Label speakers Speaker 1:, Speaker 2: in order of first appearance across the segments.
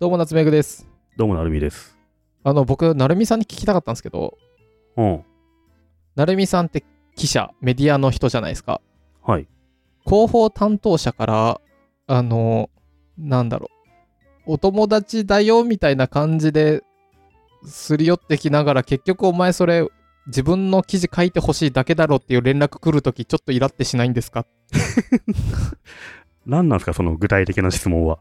Speaker 1: どうも、夏目ぐです。
Speaker 2: どうもなるみです。
Speaker 1: あの、僕、なるみさんに聞きたかったんですけど、
Speaker 2: うん。
Speaker 1: なるみさんって記者、メディアの人じゃないですか。
Speaker 2: はい。
Speaker 1: 広報担当者から、あの、なんだろう、お友達だよみたいな感じですり寄ってきながら、結局お前それ、自分の記事書いてほしいだけだろっていう連絡来るとき、ちょっとイラってしないんですか
Speaker 2: 何なんですか、その具体的な質問は。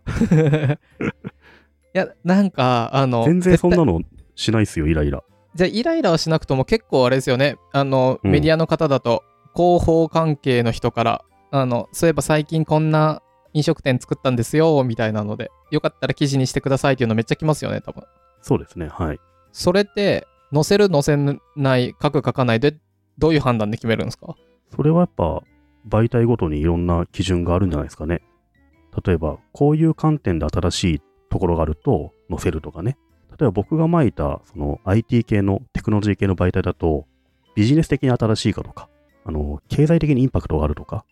Speaker 1: いや、なんか、あの、
Speaker 2: 全然
Speaker 1: 絶
Speaker 2: そ
Speaker 1: 対
Speaker 2: んなのしないっすよ、イライラ。
Speaker 1: じゃあイライラはしなくとも結構あれですよねあの
Speaker 2: うん
Speaker 1: メディアの方だと広報関係の人から、あのそういえば最近こんな飲食店作ったんですよみたいなのでよかったら記事にしてくださいっていうのめっちゃ来ますよね多分
Speaker 2: そうですね、はい。
Speaker 1: それって載せる載せない書く書かないでどういう判断で決めるんですか
Speaker 2: それはやっぱ、媒体ごとにいろんな基準があるんじゃないですかね。例えば、こういう観点で新しいところがあると載せるとかね。例えば僕がまいた、その IT 系のテクノロジー系の媒体だと、ビジネス的に新しいかとか、あの、経済的にインパクトがあるとか、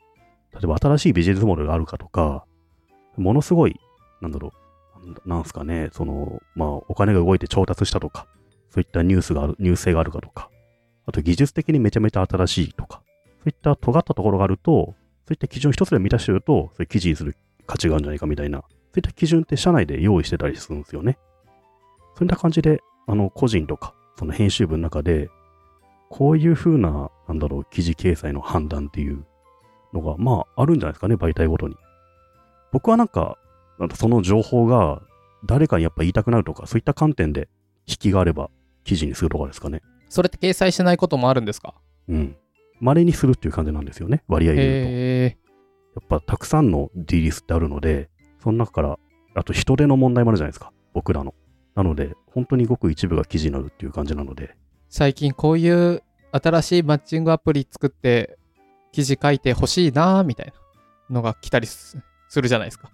Speaker 2: 例えば新しいビジネスモデルがあるかとか、ものすごい、なんだろう、なんなんすかね、その、まあ、お金が動いて調達したとか、そういったニュースがある、ニュース性があるかとか、あと技術的にめちゃめちゃ新しいとか、そういった尖ったところがあると、そういった基準を一つでも満たしてると、そういう記事にする価値があるんじゃないかみたいな、そういった基準って社内で用意してたりするんですよね。そういった感じで、あの、個人とか、その編集部の中で、こういう風な、なんだろう、記事掲載の判断っていうのが、まあ、あるんじゃないですかね、媒体ごとに。僕はなんか、なんかその情報が誰かにやっぱ言いたくなるとか、そういった観点で引きがあれば記事にするとかですかね。
Speaker 1: それって掲載しないこともあるんですか
Speaker 2: うん。稀にするっていう感じなんですよね、割合で言うと。
Speaker 1: へえ
Speaker 2: やっぱたくさんのリリースってあるので、その中から、あと人手の問題もあるじゃないですか、僕らの。なので、本当にごく一部が記事になるっていう感じなので、
Speaker 1: 最近こういう新しいマッチングアプリ作って記事書いてほしいなーみたいなのが来たりすするじゃないですか。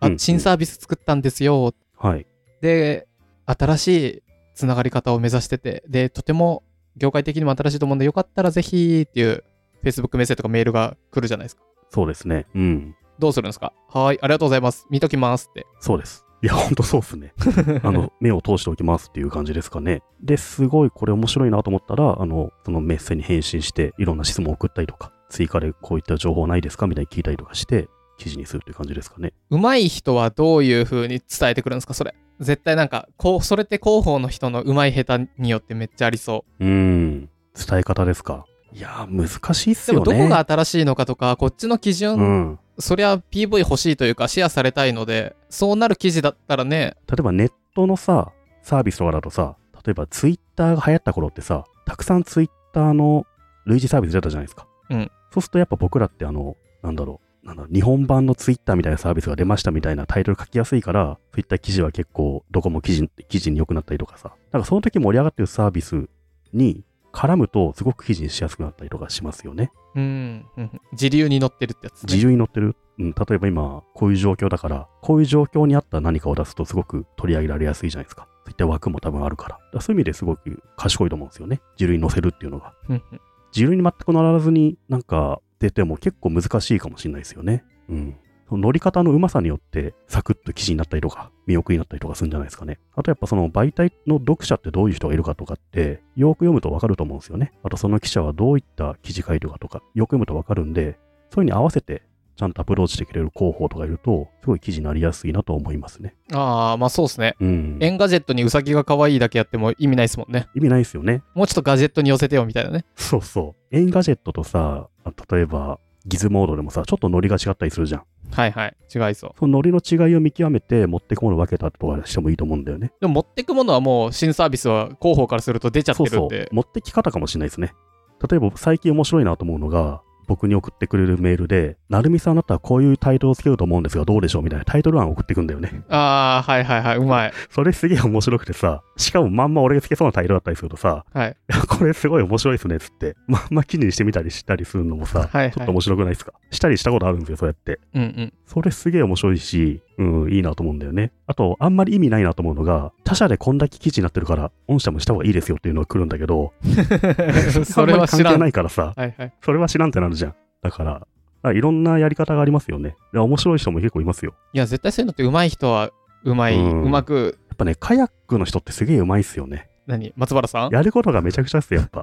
Speaker 1: あ
Speaker 2: うんうん
Speaker 1: 新サービス作ったんですよ。
Speaker 2: はい。
Speaker 1: で、新しいつながり方を目指してて、で、とても業界的にも新しいと思うんで、よかったらぜひっていう Facebook メッセージとかメールが来るじゃないですか。
Speaker 2: そうですね。うん。
Speaker 1: どうするんですかはーい、ありがとうございます。見ときますって。
Speaker 2: そうです。いや、本当そうっ すね。あの、目を通しておきますっていう感じですかね。で、すごいこれ面白いなと思ったら、あの、そのメッセに返信して、いろんな質問を送ったりとか、追加でこういった情報ないですかみたいに聞いたりとかして、記事にするっていう感じですかね。
Speaker 1: うまい人はどういう風に伝えてくるんですかそれ。絶対なんか、こう、それって広報の人のうまい下手によってめっちゃありそう。
Speaker 2: うーん。伝え方ですか。いやー、難しいっす
Speaker 1: で
Speaker 2: よ
Speaker 1: も
Speaker 2: ね。
Speaker 1: どこが新しいのかとか、こっちの基準、
Speaker 2: うん。
Speaker 1: そりゃ PV 欲しいというかシェアされたいので、そうなる記事だったらね、
Speaker 2: 例えばネットのさ、サービスとかだとさ、例えばツイッターが流行った頃ってさ、たくさんツイッターの類似サービス出たじゃないですか。
Speaker 1: うん
Speaker 2: そうするとやっぱ僕らってあの、なんだろう、なんだろう日本版のツイッターみたいなサービスが出ましたみたいなタイトル書きやすいから、そういった記事は結構どこも記事記事に良くなったりとかさ、なんかその時盛り上がってるサービスに絡むとすごく記事にしやすくなったりとかしますよね。
Speaker 1: うん、うん自流に乗ってるってやつ、ね。
Speaker 2: 自由に乗ってる、うん、例えば今こういう状況だからこういう状況に合った何かを出すとすごく取り上げられやすいじゃないですかそういった枠も多分あるからだからそういう意味ですごく賢いと思うんですよね自流に乗せるっていうのが
Speaker 1: うんうん
Speaker 2: 自流に全く乗らずになんか出ても結構難しいかもしれないですよねうんその乗り方のうまさによってサクッと記事になったりとか見送りになったりとかするんじゃないですかねあとやっぱその媒体の読者ってどういう人がいるかとかってよく読むとわかると思うんですよねあとその記者はどういった記事書いてるかとかよく読むとわかるんでそういうのに合わせてちゃんとアプローチしてくれる広報とかいると、すごい記事になりやすいなと思いますね。
Speaker 1: ああ、まあそうですね。
Speaker 2: うん。
Speaker 1: エンガジェットにウサギが可愛いだけやっても意味ないですもんね。
Speaker 2: 意味ないですよね。
Speaker 1: もうちょっとガジェットに寄せてよみたいなね。
Speaker 2: そうそう。エンガジェットとさ、あ例えば、ギズモードでもさ、ちょっとノリが違ったりするじゃん。
Speaker 1: はいはい。違いそう。
Speaker 2: そのノリの違いを見極めて、持ってこもの分けたとかしてもいいと思うんだよね。
Speaker 1: でも持ってくものはもう新サービスは広報からすると出ちゃって
Speaker 2: そう
Speaker 1: るんで。
Speaker 2: そう。持ってき方かもしれないですね。例えば、最近面白いなと思うのが、僕に送ってくれるメールで、なるみさんだったらこういうタイトルをつけると思うんですが、どうでしょうみたいなタイトル案を送ってくんだよね。
Speaker 1: ああ、はいはいはい。うまい。
Speaker 2: それすげえ面白くてさ、しかもまんま俺がつけそうなタイトルだったりするとさ、
Speaker 1: はい。
Speaker 2: これすごい面白いですねっつって、まあ、まあ記事にしてみたりしたりするのもさ、
Speaker 1: はいはい
Speaker 2: ちょっと面白くないですかしたりしたことあるんですよ、そうやって。
Speaker 1: うんうん。
Speaker 2: それすげえ面白いし、うん、いいなと思うんだよね。あと、あんまり意味ないなと思うのが、他社でこんだけ記事になってるから、御社もした方がいいですよっていうのが来るんだけど、
Speaker 1: それは知
Speaker 2: あ
Speaker 1: ら。
Speaker 2: んまり関係なんいからさ、
Speaker 1: はいはい。
Speaker 2: それは知らんってなるじゃん。だから、あいろんなやり方がありますよね。いや面白い人も結構いますよ。
Speaker 1: いや、絶対そういうのって上手い人はうまい、う
Speaker 2: うん
Speaker 1: まく、
Speaker 2: やっぱね、カヤックの人ってすげえうまいっすよね。
Speaker 1: 何松原さん
Speaker 2: やることがめちゃくちゃっすよ、やっぱ。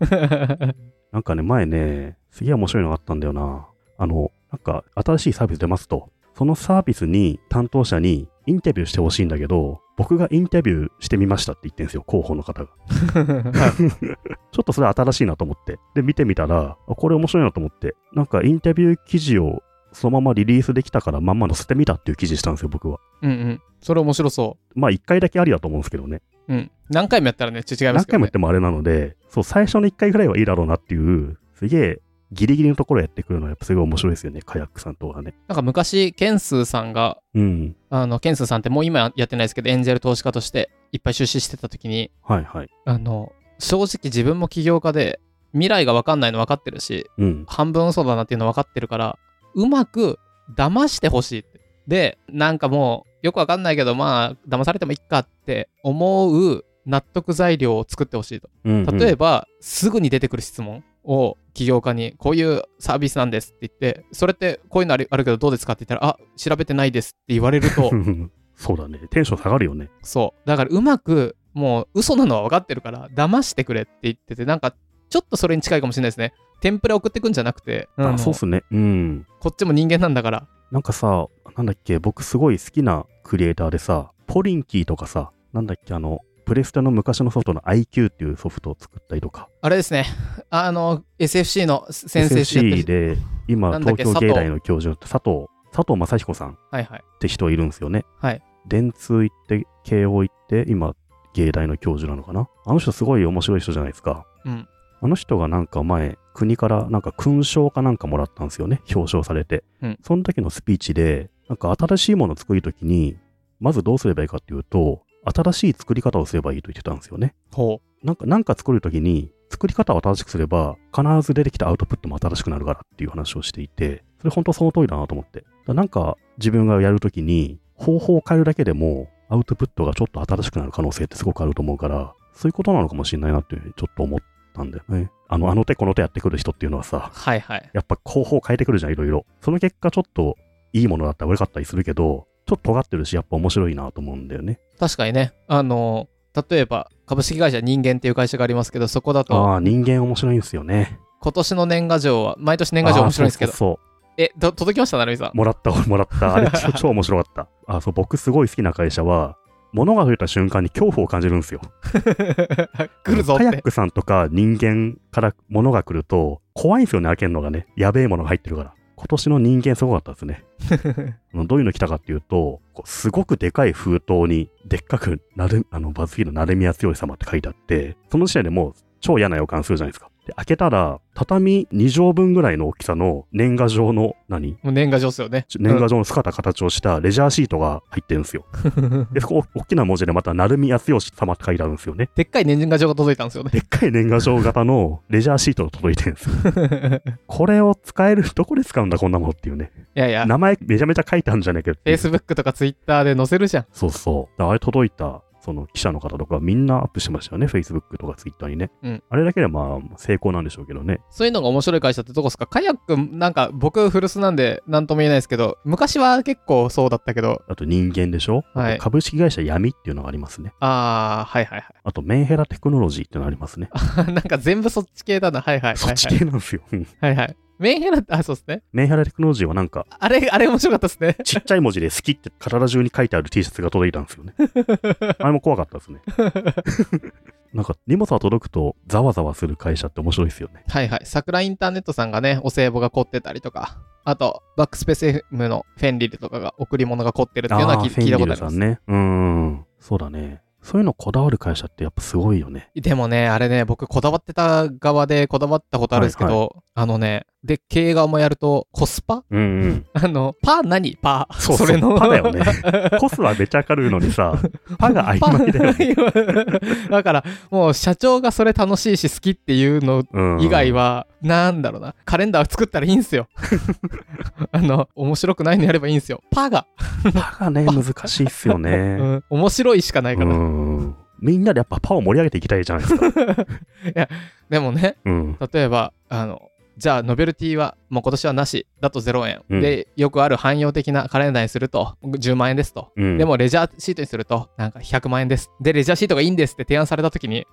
Speaker 2: なんかね、前ね、すげえ面白いのがあったんだよな。あの、なんか、新しいサービス出ますと。そのサービスに、担当者にインタビューしてほしいんだけど、僕がインタビューしてみましたって言ってんすよ、候補の方が。
Speaker 1: はい
Speaker 2: ちょっとそれ新しいなと思って。で、見てみたら、あこれ面白いなと思って。なんか、インタビュー記事をそのままリリースできたから、まんまの捨てみたっていう記事したんですよ、僕は。
Speaker 1: うんうん。それ面白そ
Speaker 2: まあ、一回だけありだと思うんですけどね。
Speaker 1: う。うん。何回もやったらね、違いま
Speaker 2: 何
Speaker 1: すけど、
Speaker 2: 回もや
Speaker 1: ね
Speaker 2: っ。てもあれなので、そう、最初の一回ぐらいはいいだろうなっていう、すげえ、ギリギリのところやってくるのは、やっぱすごい面白いですよね、カヤックさんとかね。
Speaker 1: なんか昔、ケンスーさんが、
Speaker 2: うん。
Speaker 1: あの、ケンスーさんってもう今やってないですけど、エンジェル投資家としていっぱい出資してた時に、
Speaker 2: はいはい。
Speaker 1: あの、正直自分も起業家で、未来が分かんないの分かってるし、
Speaker 2: うん。
Speaker 1: 半分嘘だなっていうの分かってるからうまく騙してほしいってでなんかもうよく分かんないけどまあ騙されてもいっかって思う納得材料を作ってほしいと
Speaker 2: うんうん
Speaker 1: 例えば、すぐに出てくる質問を起業家にこういうサービスなんですって言ってそれってこういうのあるあるけどどうですかって言ったらあ調べてないですって言われると
Speaker 2: そうだね。テンション下がるよね。
Speaker 1: そうだからうまくもう嘘なのは分かってるから騙してくれって言っててなんかちょっとそれに近いかもしれないですね天ぷら送ってくんじゃなくてあの
Speaker 2: あそうっすね。うん。
Speaker 1: こっちも人間なんだから
Speaker 2: なんかさ、なんだっけ、僕すごい好きなクリエイターでさ、ポリンキーとかさ、なんだっけ、あの、プレステの昔のソフトの IQ っていうソフトを作ったりとか、
Speaker 1: あれですね、 あの、SFC の先生してやって
Speaker 2: SFC
Speaker 1: る人
Speaker 2: で、今、
Speaker 1: なんだっ
Speaker 2: 東
Speaker 1: け
Speaker 2: 京芸大の教授の佐藤、佐藤正彦さんっ
Speaker 1: はいはい。
Speaker 2: て人いるんですよね。
Speaker 1: はい。
Speaker 2: 電通行って、慶応行って、今、芸大の教授なのかな。あの人すごい面白い人じゃないですか。
Speaker 1: うん。
Speaker 2: あの人がなんか前、国からなんか勲章かなんかもらったんですよね、表彰されて。
Speaker 1: うん
Speaker 2: その時のスピーチで、なんか新しいものを作るときに、まずどうすればいいかっていうと、新しい作り方をすればいいと言ってたんですよね。
Speaker 1: ほ
Speaker 2: なんか、なんか作るときに、作り方を新しくすれば、必ず出てきたアウトプットも新しくなるからっていう話をしていて、それ本当その通りだなと思って。だからなんか、自分がやるときに、方法を変えるだけでも、アウトプットがちょっと新しくなる可能性ってすごくあると思うから、そういうことなのかもしれないなっていうふうにちょっと思ったんだよね。あの、あの手この手やってくる人っていうのは
Speaker 1: う。
Speaker 2: さ、
Speaker 1: はいはい。
Speaker 2: やっぱ方法を変えてくるじゃん、いろいろ。その結果、ちょっといいものだったら悪かったりするけど、ちょっと尖ってるし、やっぱ面白いなと思うんだよね。
Speaker 1: 確かにね、あの、例えば、株式会社人間っていう会社がありますけど、そこだと、
Speaker 2: ああ、人間面白いんですよね。
Speaker 1: 今年の年賀状は、毎年年賀状面白いんですけど
Speaker 2: あー、そうそうそう
Speaker 1: え、ど届きました、成美さん。
Speaker 2: もらった、 俺もらった。あれ、超超面白かった。あ、そう、僕すごい好きな会社は、物が増えた瞬間に恐怖を感じるんですよ。
Speaker 1: 来るぞっ
Speaker 2: カヤッ
Speaker 1: て。
Speaker 2: クさんとか人間から物が来ると、怖いんですよね、開けるのがね。やべえものが入ってるから。今年の人間すごかったですね。あのどういうの来たかっていうと、こうすごくでかい封筒に、でっかくなる、あの、バズフィード、成宮剛様って書いてあって、その時点でもう超嫌な予感するじゃないですか。で、開けたら、畳2畳分ぐらいの大きさの年賀状の、何
Speaker 1: もう年賀状っすよね。
Speaker 2: 年賀状の姿形をしたレジャーシートが入ってるんですよ。
Speaker 1: うん
Speaker 2: で、そこ、大きな文字でまた、成宮康義様って書いてあるんですよね。
Speaker 1: でっかい年賀状が届いたんで すよね。
Speaker 2: でっかい年賀状型のレジャーシートが届いてるんですよ。これを使える、どこで使うんだ、こんなものっていうね。
Speaker 1: いやいや、
Speaker 2: 名前めちゃめちゃ書いてあるんじゃねえかよっていう
Speaker 1: Facebook とか Twitter で載せるじゃん。
Speaker 2: そうそう。あれ届いた、その記者の方とかみんなアップしてましたよね。Facebook とか Twitter にね。
Speaker 1: うん
Speaker 2: あれだけでまあ、成功なんでしょうけどね。
Speaker 1: そういうのが面白い会社ってどこですかカヤック、なんか僕、古巣なんで、なんとも言えないですけど、昔は結構そうだったけど、
Speaker 2: あと人間でしょ、
Speaker 1: はい
Speaker 2: あと株式会社闇っていうのがありますね。
Speaker 1: あー、はいはいはい。
Speaker 2: あとメンヘラテクノロジーっていうのがありますね。
Speaker 1: なんか全部そっち系だな。はいはいはい、はい。
Speaker 2: そっち系なんですよ。うん
Speaker 1: はいはい。メンヘラって、あ、そうですね。
Speaker 2: メンヘラテクノロジーはなん か、
Speaker 1: あれ、あれ面白かったですね。
Speaker 2: ちっちゃい文字で好きって体中に書いてある T シャツが届いたんで すよね。あれも怖かったですね。なんか荷物が届くとざわざわする会社って面白いですよね。
Speaker 1: はいはい。桜インターネットさんがね、お歳暮が凝ってたりとか、あと、バックスペース FM のフェンリルとかが贈り物が凝ってるっていうのは聞
Speaker 2: フェン
Speaker 1: 聞い
Speaker 2: リ
Speaker 1: たこと
Speaker 2: ル
Speaker 1: あり
Speaker 2: さ
Speaker 1: ます。
Speaker 2: んね。うーん。そうだね。そういうのこだわる会社ってやっぱすごいよね。
Speaker 1: でもね、あれね、僕、こだわってた側でこだわったことあるんですけど、
Speaker 2: はい
Speaker 1: あのね、で、経営側もやると、コスパ
Speaker 2: うんうん。
Speaker 1: あの、パー何パー。
Speaker 2: そうそう
Speaker 1: れの。
Speaker 2: パだ よね。 コスはめちゃ明るいのにさ、 パが曖昧だよね。
Speaker 1: ね。だから、もう社長がそれ楽しいし好きっていうの
Speaker 2: うん
Speaker 1: 以外は、なんだろうな、カレンダー作ったらいいんす よ。あの、面白くないのやればいいんすよ。パーが、
Speaker 2: パがね難しいっすよ
Speaker 1: う
Speaker 2: ね。
Speaker 1: ん、面白いしかないうから。
Speaker 2: ん。みんなでやっぱパを盛り上げていきたいじゃないですか。
Speaker 1: でもね、
Speaker 2: うん。
Speaker 1: 例えば、あの、じゃあノベルティはもう今年はなしだと0円、
Speaker 2: うん
Speaker 1: でよくある汎用的なカレンダーにすると10万円ですと、
Speaker 2: うん、
Speaker 1: でもレジャーシートにするとなんか100万円ですでレジャーシートがいいんですって提案された時に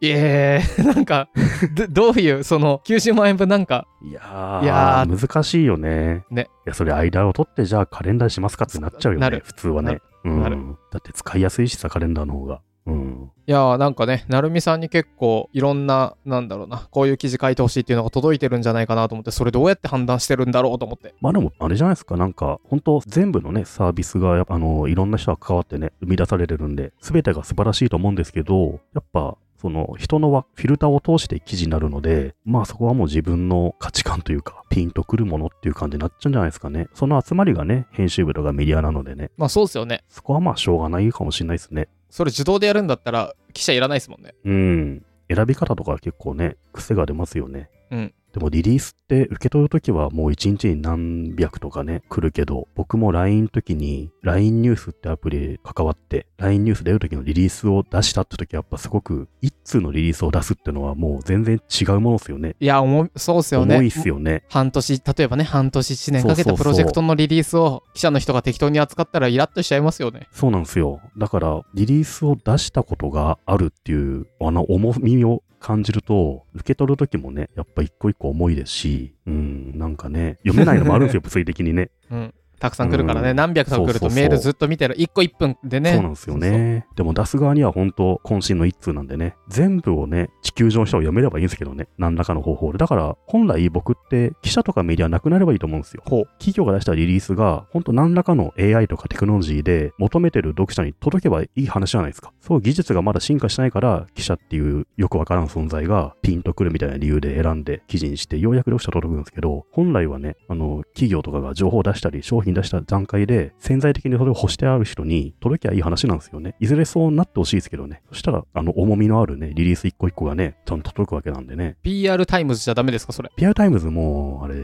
Speaker 1: いえー、 なんかどどういうその90万円分なんか
Speaker 2: いやー
Speaker 1: いや
Speaker 2: 難しいよね。
Speaker 1: ね
Speaker 2: いや、それ間を取って、じゃあカレンダーしますかってなっちゃうよね、
Speaker 1: なる
Speaker 2: 普通は
Speaker 1: な
Speaker 2: ね
Speaker 1: る。
Speaker 2: うん
Speaker 1: なる
Speaker 2: だって使いやすいしさ、カレンダーの方が。うん。
Speaker 1: いやーなんかね、成美さんに結構いろんな、なんだろうな、こういう記事書いてほしいっていうのが届いてるんじゃないかなと思って、それどうやって判断してるんだろうと思って。
Speaker 2: まあでも、あれじゃないですか、なんか、本当全部のね、サービスが、やっぱあの、いろんな人が関わってね、生み出されてるんで、すべてが素晴らしいと思うんですけど、やっぱ、その人のわフィルターを通して記事になるので、まあそこはもう自分の価値観というか、ピンとくるものっていう感じになっちゃうんじゃないですかね。その集まりがね、編集部とかメディアなのでね、
Speaker 1: まあそうですよね。
Speaker 2: そこはまあしょうがないかもしれないですね。
Speaker 1: それ自動でやるんだったら、記者いらないですもんね。
Speaker 2: うん。選び方とか結構ね、癖が出ますよね。
Speaker 1: うん
Speaker 2: でもリリースって受け取るときはもう一日に何百とかね、来るけど、僕も LINE の時に LINE ニュースってアプリで関わって、LINE ニュース出る時のリリースを出したって時はやっぱすごく、一通のリリースを出すってのはもう全然違うものですよね。
Speaker 1: いや、重いそうですよね。
Speaker 2: 重いっすよね。
Speaker 1: 半年、例えばね、半年1年かけ
Speaker 2: そうそうそ
Speaker 1: た
Speaker 2: う
Speaker 1: プロジェクトのリリースを記者の人が適当に扱ったらイラッとしちゃいますよね。
Speaker 2: そうなんですよ。だから、リリースを出したことがあるっていう、あの、重みを感じると、受け取る時もね、やっぱ一個一個重いですし、うん、なんかね、読めないのもあるんですよ、物理的にね。
Speaker 1: うん。たくさん来るからね、
Speaker 2: うん
Speaker 1: 何百とか来る
Speaker 2: そうそう
Speaker 1: と
Speaker 2: そう
Speaker 1: メールずっと見てる。1個1分でね。
Speaker 2: そうなんですよ
Speaker 1: そうそう。
Speaker 2: ね。でも出す側には本当渾身の一通なんでね、全部をね、地球上の人を読めればいいんですけどね、何らかの方法で。だから、本来僕って記者とかメディアなくなればいいと思うんですよ。
Speaker 1: ほう。
Speaker 2: 企業が出したリリースが、本当何らかの AI とかテクノロジーで求めてる読者に届けばいい話じゃないですか。そう、技術がまだ進化しないから、記者っていうよくわからん存在がピンとくるみたいな理由で選んで記事にして、ようやく読者届くんですけど、本来はね、あの、企業とかが情報を出したり、商品出した段階で、潜在的にそれを欲してある人に届きゃいい話なんですよね。いずれそうなってほしいですけどね。そしたら、あの、重みのあるね、リリース一個一個がね、ちゃんと届くわけなんでね。
Speaker 1: PR タイムズじゃダメですか、それ。
Speaker 2: ピアタイムズも、あれ、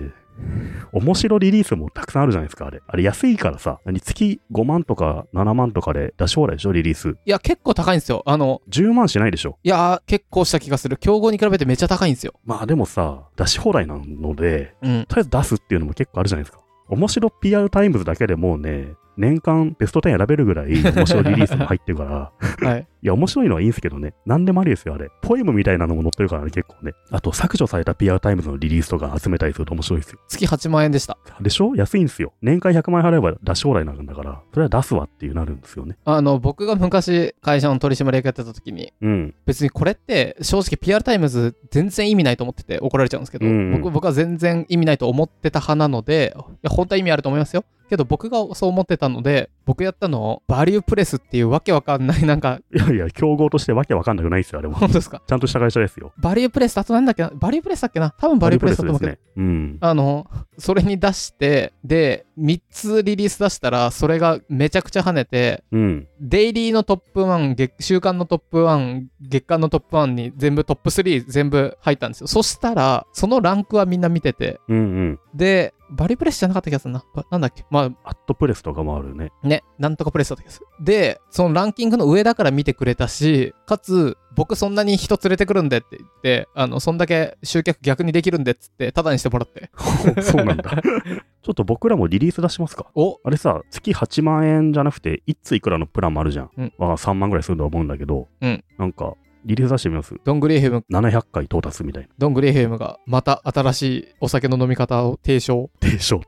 Speaker 2: 面白リリースもたくさんあるじゃないですか、あれ。あれ安いからさ、何月5万とか7万とかで出し放題でしょ、リリース。
Speaker 1: いや、結構高いんですよ。あの、
Speaker 2: 10万しないでしょ。
Speaker 1: いやー、結構した気がする。競合に比べてめっちゃ高いんですよ。
Speaker 2: まあでもさ、出し放題なので、
Speaker 1: うん。
Speaker 2: とりあえず出すっていうのも結構あるじゃないですか。面白 PR タイムズだけでもうね、年間ベスト10選べるぐらい面白リリースも入ってるから、
Speaker 1: はい。
Speaker 2: いや、面白いのはいいんですけどね。何でもありですよ、あれ。ポエムみたいなのも載ってるからね、結構ね。あと、削除された PR タイムズのリリースとか集めたりすると面白いですよ。
Speaker 1: 月8万円でした。
Speaker 2: でしょ安いんですよ。年間100万円払えば出し放題になるんだから、それは出すわっていうなるんですよね。
Speaker 1: あの、僕が昔、会社の取締役やってた時に、
Speaker 2: うん。
Speaker 1: 別にこれって、正直 PR タイムズ全然意味ないと思ってて怒られちゃうんですけど、
Speaker 2: うんうん
Speaker 1: 僕僕は全然意味ないと思ってた派なので、いや、本当は意味あると思いますよ。けど僕がそう思ってたので、僕やったの、バリュープレスっていうわけわかんない、なんか、
Speaker 2: いやいや、競合としてわけわかんなくないですよ、あれも。
Speaker 1: 本当ですか
Speaker 2: ちゃんとした会社ですよ。
Speaker 1: バリュープレスだとなんだっけなバリュープレスだっけな多分バリュープレスだと思うけど、
Speaker 2: バリュープレスですね。うん。
Speaker 1: あの、それに出して、で、3つリリース出したら、それがめちゃくちゃ跳ねて、
Speaker 2: うん。
Speaker 1: デイリーのトップ1、月週間のトップ1、月間のトップ1に全部トップ3全部入ったんですよ。そしたら、そのランクはみんな見てて、
Speaker 2: うんうん。
Speaker 1: で、バリプレスじゃなかった気がするな。ばなんだっけまあ
Speaker 2: アットプレスとかもあるね。
Speaker 1: ね、なんとかプレスだった気がする。で、そのランキングの上だから見てくれたし、かつ、僕そんなに人連れてくるんでって言って、あの、そんだけ集客逆にできるんでっつって、タダにしてもらって。
Speaker 2: そうなんだ。ちょっと僕らもリリース出しますか。
Speaker 1: お
Speaker 2: あれさ、月8万円じゃなくて、1ついくらのプランもあるじゃん。
Speaker 1: うん
Speaker 2: まあ3万ぐらいするとは思うんだけど、
Speaker 1: うん
Speaker 2: なんか、リリース出してみます。
Speaker 1: ドングリーフェム
Speaker 2: 700回到達みたいな。
Speaker 1: ドングリーフェムがまた新しいお酒の飲み方を提唱。
Speaker 2: でしょう。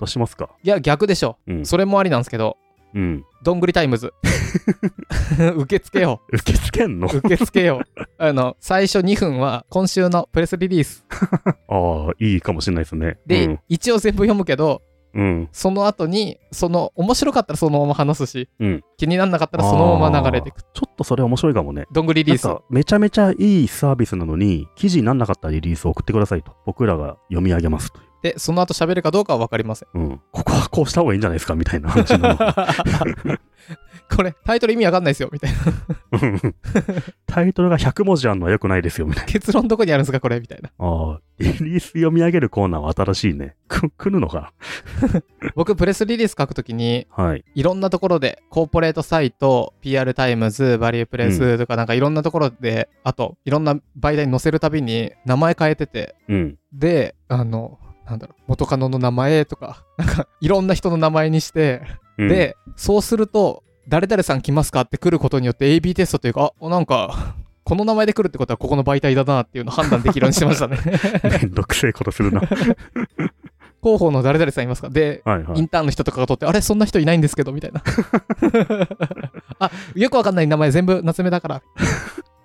Speaker 2: 出しますか。
Speaker 1: いや、逆でしょ。
Speaker 2: うん。
Speaker 1: それもありなんですけど、
Speaker 2: うん。
Speaker 1: ドングリタイムズ。 受け付けよ
Speaker 2: 受け付けんの
Speaker 1: う。受け付けよう。あの、最初2分は今週のプレスリリース。
Speaker 2: ああ、いいかもしれないですね。
Speaker 1: で、一応全部読むけど、
Speaker 2: うん、うん。
Speaker 1: その後に、その、面白かったらそのまま話すし、
Speaker 2: うん
Speaker 1: 気になんなかったらそのまま流れていく。
Speaker 2: ちょっとそれ面白いかもね。
Speaker 1: ドングリリ
Speaker 2: な
Speaker 1: ー
Speaker 2: ん
Speaker 1: ス。
Speaker 2: かめちゃめちゃいいサービスなのに、記事になんなかったリリースを送ってくださいと。僕らが読み上げますという。
Speaker 1: で、その後喋 るかどうかは分かりません。
Speaker 2: うん。ここはこうした方がいいんじゃないですかみたいな話なの。
Speaker 1: これタイトル意味わかんないですよみたいな
Speaker 2: タイトルが100文字あるのは良くないですよ、みたい
Speaker 1: 結論どこにあるんですかこれみたいな
Speaker 2: な。ああ、リリース読み上げるコーナーは新しいね。く、来るのか
Speaker 1: 僕プレスリリース書くときに
Speaker 2: なはい。
Speaker 1: いろんなところでコーポレートサイト PR タイムズバリュープレスとかなんかいろんなところで、あといろんな媒体に載せるたびに名前変えてて
Speaker 2: うん。
Speaker 1: であのなんだろう元カノの名前とか なんかいろんな人の名前にして、
Speaker 2: うん、
Speaker 1: でそうすると誰々さん来ますかって来ることによって AB テストというかあなんかこの名前で来るってことはここの媒体だなっていうのを判断できるようにしてましたね
Speaker 2: めんどくせえこと するな。は
Speaker 1: 広報の誰々さんいますかで
Speaker 2: いは
Speaker 1: イン
Speaker 2: い。
Speaker 1: ターンの人とかが撮って、あれそんな人いないんですけどみたいな。 あ、よくわかんない名前全部夏目だから。い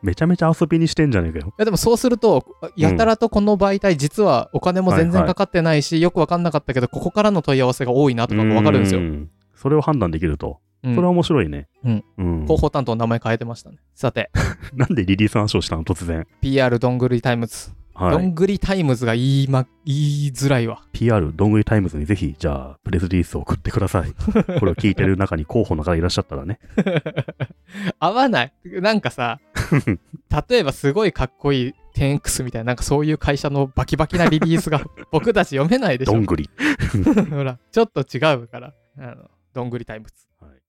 Speaker 2: めちゃめちゃ遊びにしてんじゃねえかよ。
Speaker 1: やでもそうすると、やたらとこの媒体、実はお金も全然かかってないし、よくわかんなかったけど、ここからの問い合わせが多いなとかもわかるんですよ
Speaker 2: う。それを判断できると。
Speaker 1: うん
Speaker 2: それは面白いね。
Speaker 1: うん。
Speaker 2: うん、
Speaker 1: 広報担当の名前変えてましたね。さて、
Speaker 2: なんでリリースの話をしたの突然。
Speaker 1: PR どんぐりタイムズ。
Speaker 2: は
Speaker 1: ど
Speaker 2: い。
Speaker 1: んぐりタイムズが言い,、ま、言いづらいわ。
Speaker 2: PR どんぐりタイムズにぜひ、じゃあ、プレスリリースを送ってくださ い。これを聞いてる中に候補の方いらっしゃったらね。
Speaker 1: 合わない。なんかさ、例えばすごいかっこいい 10X みたいな、なんかそういう会社のバキバキなリリースが僕たち読めないでし
Speaker 2: ど
Speaker 1: ょ
Speaker 2: ん。ぐり。
Speaker 1: ほら、ちょっと違うから、あの、どんぐりタイムズ。
Speaker 2: はい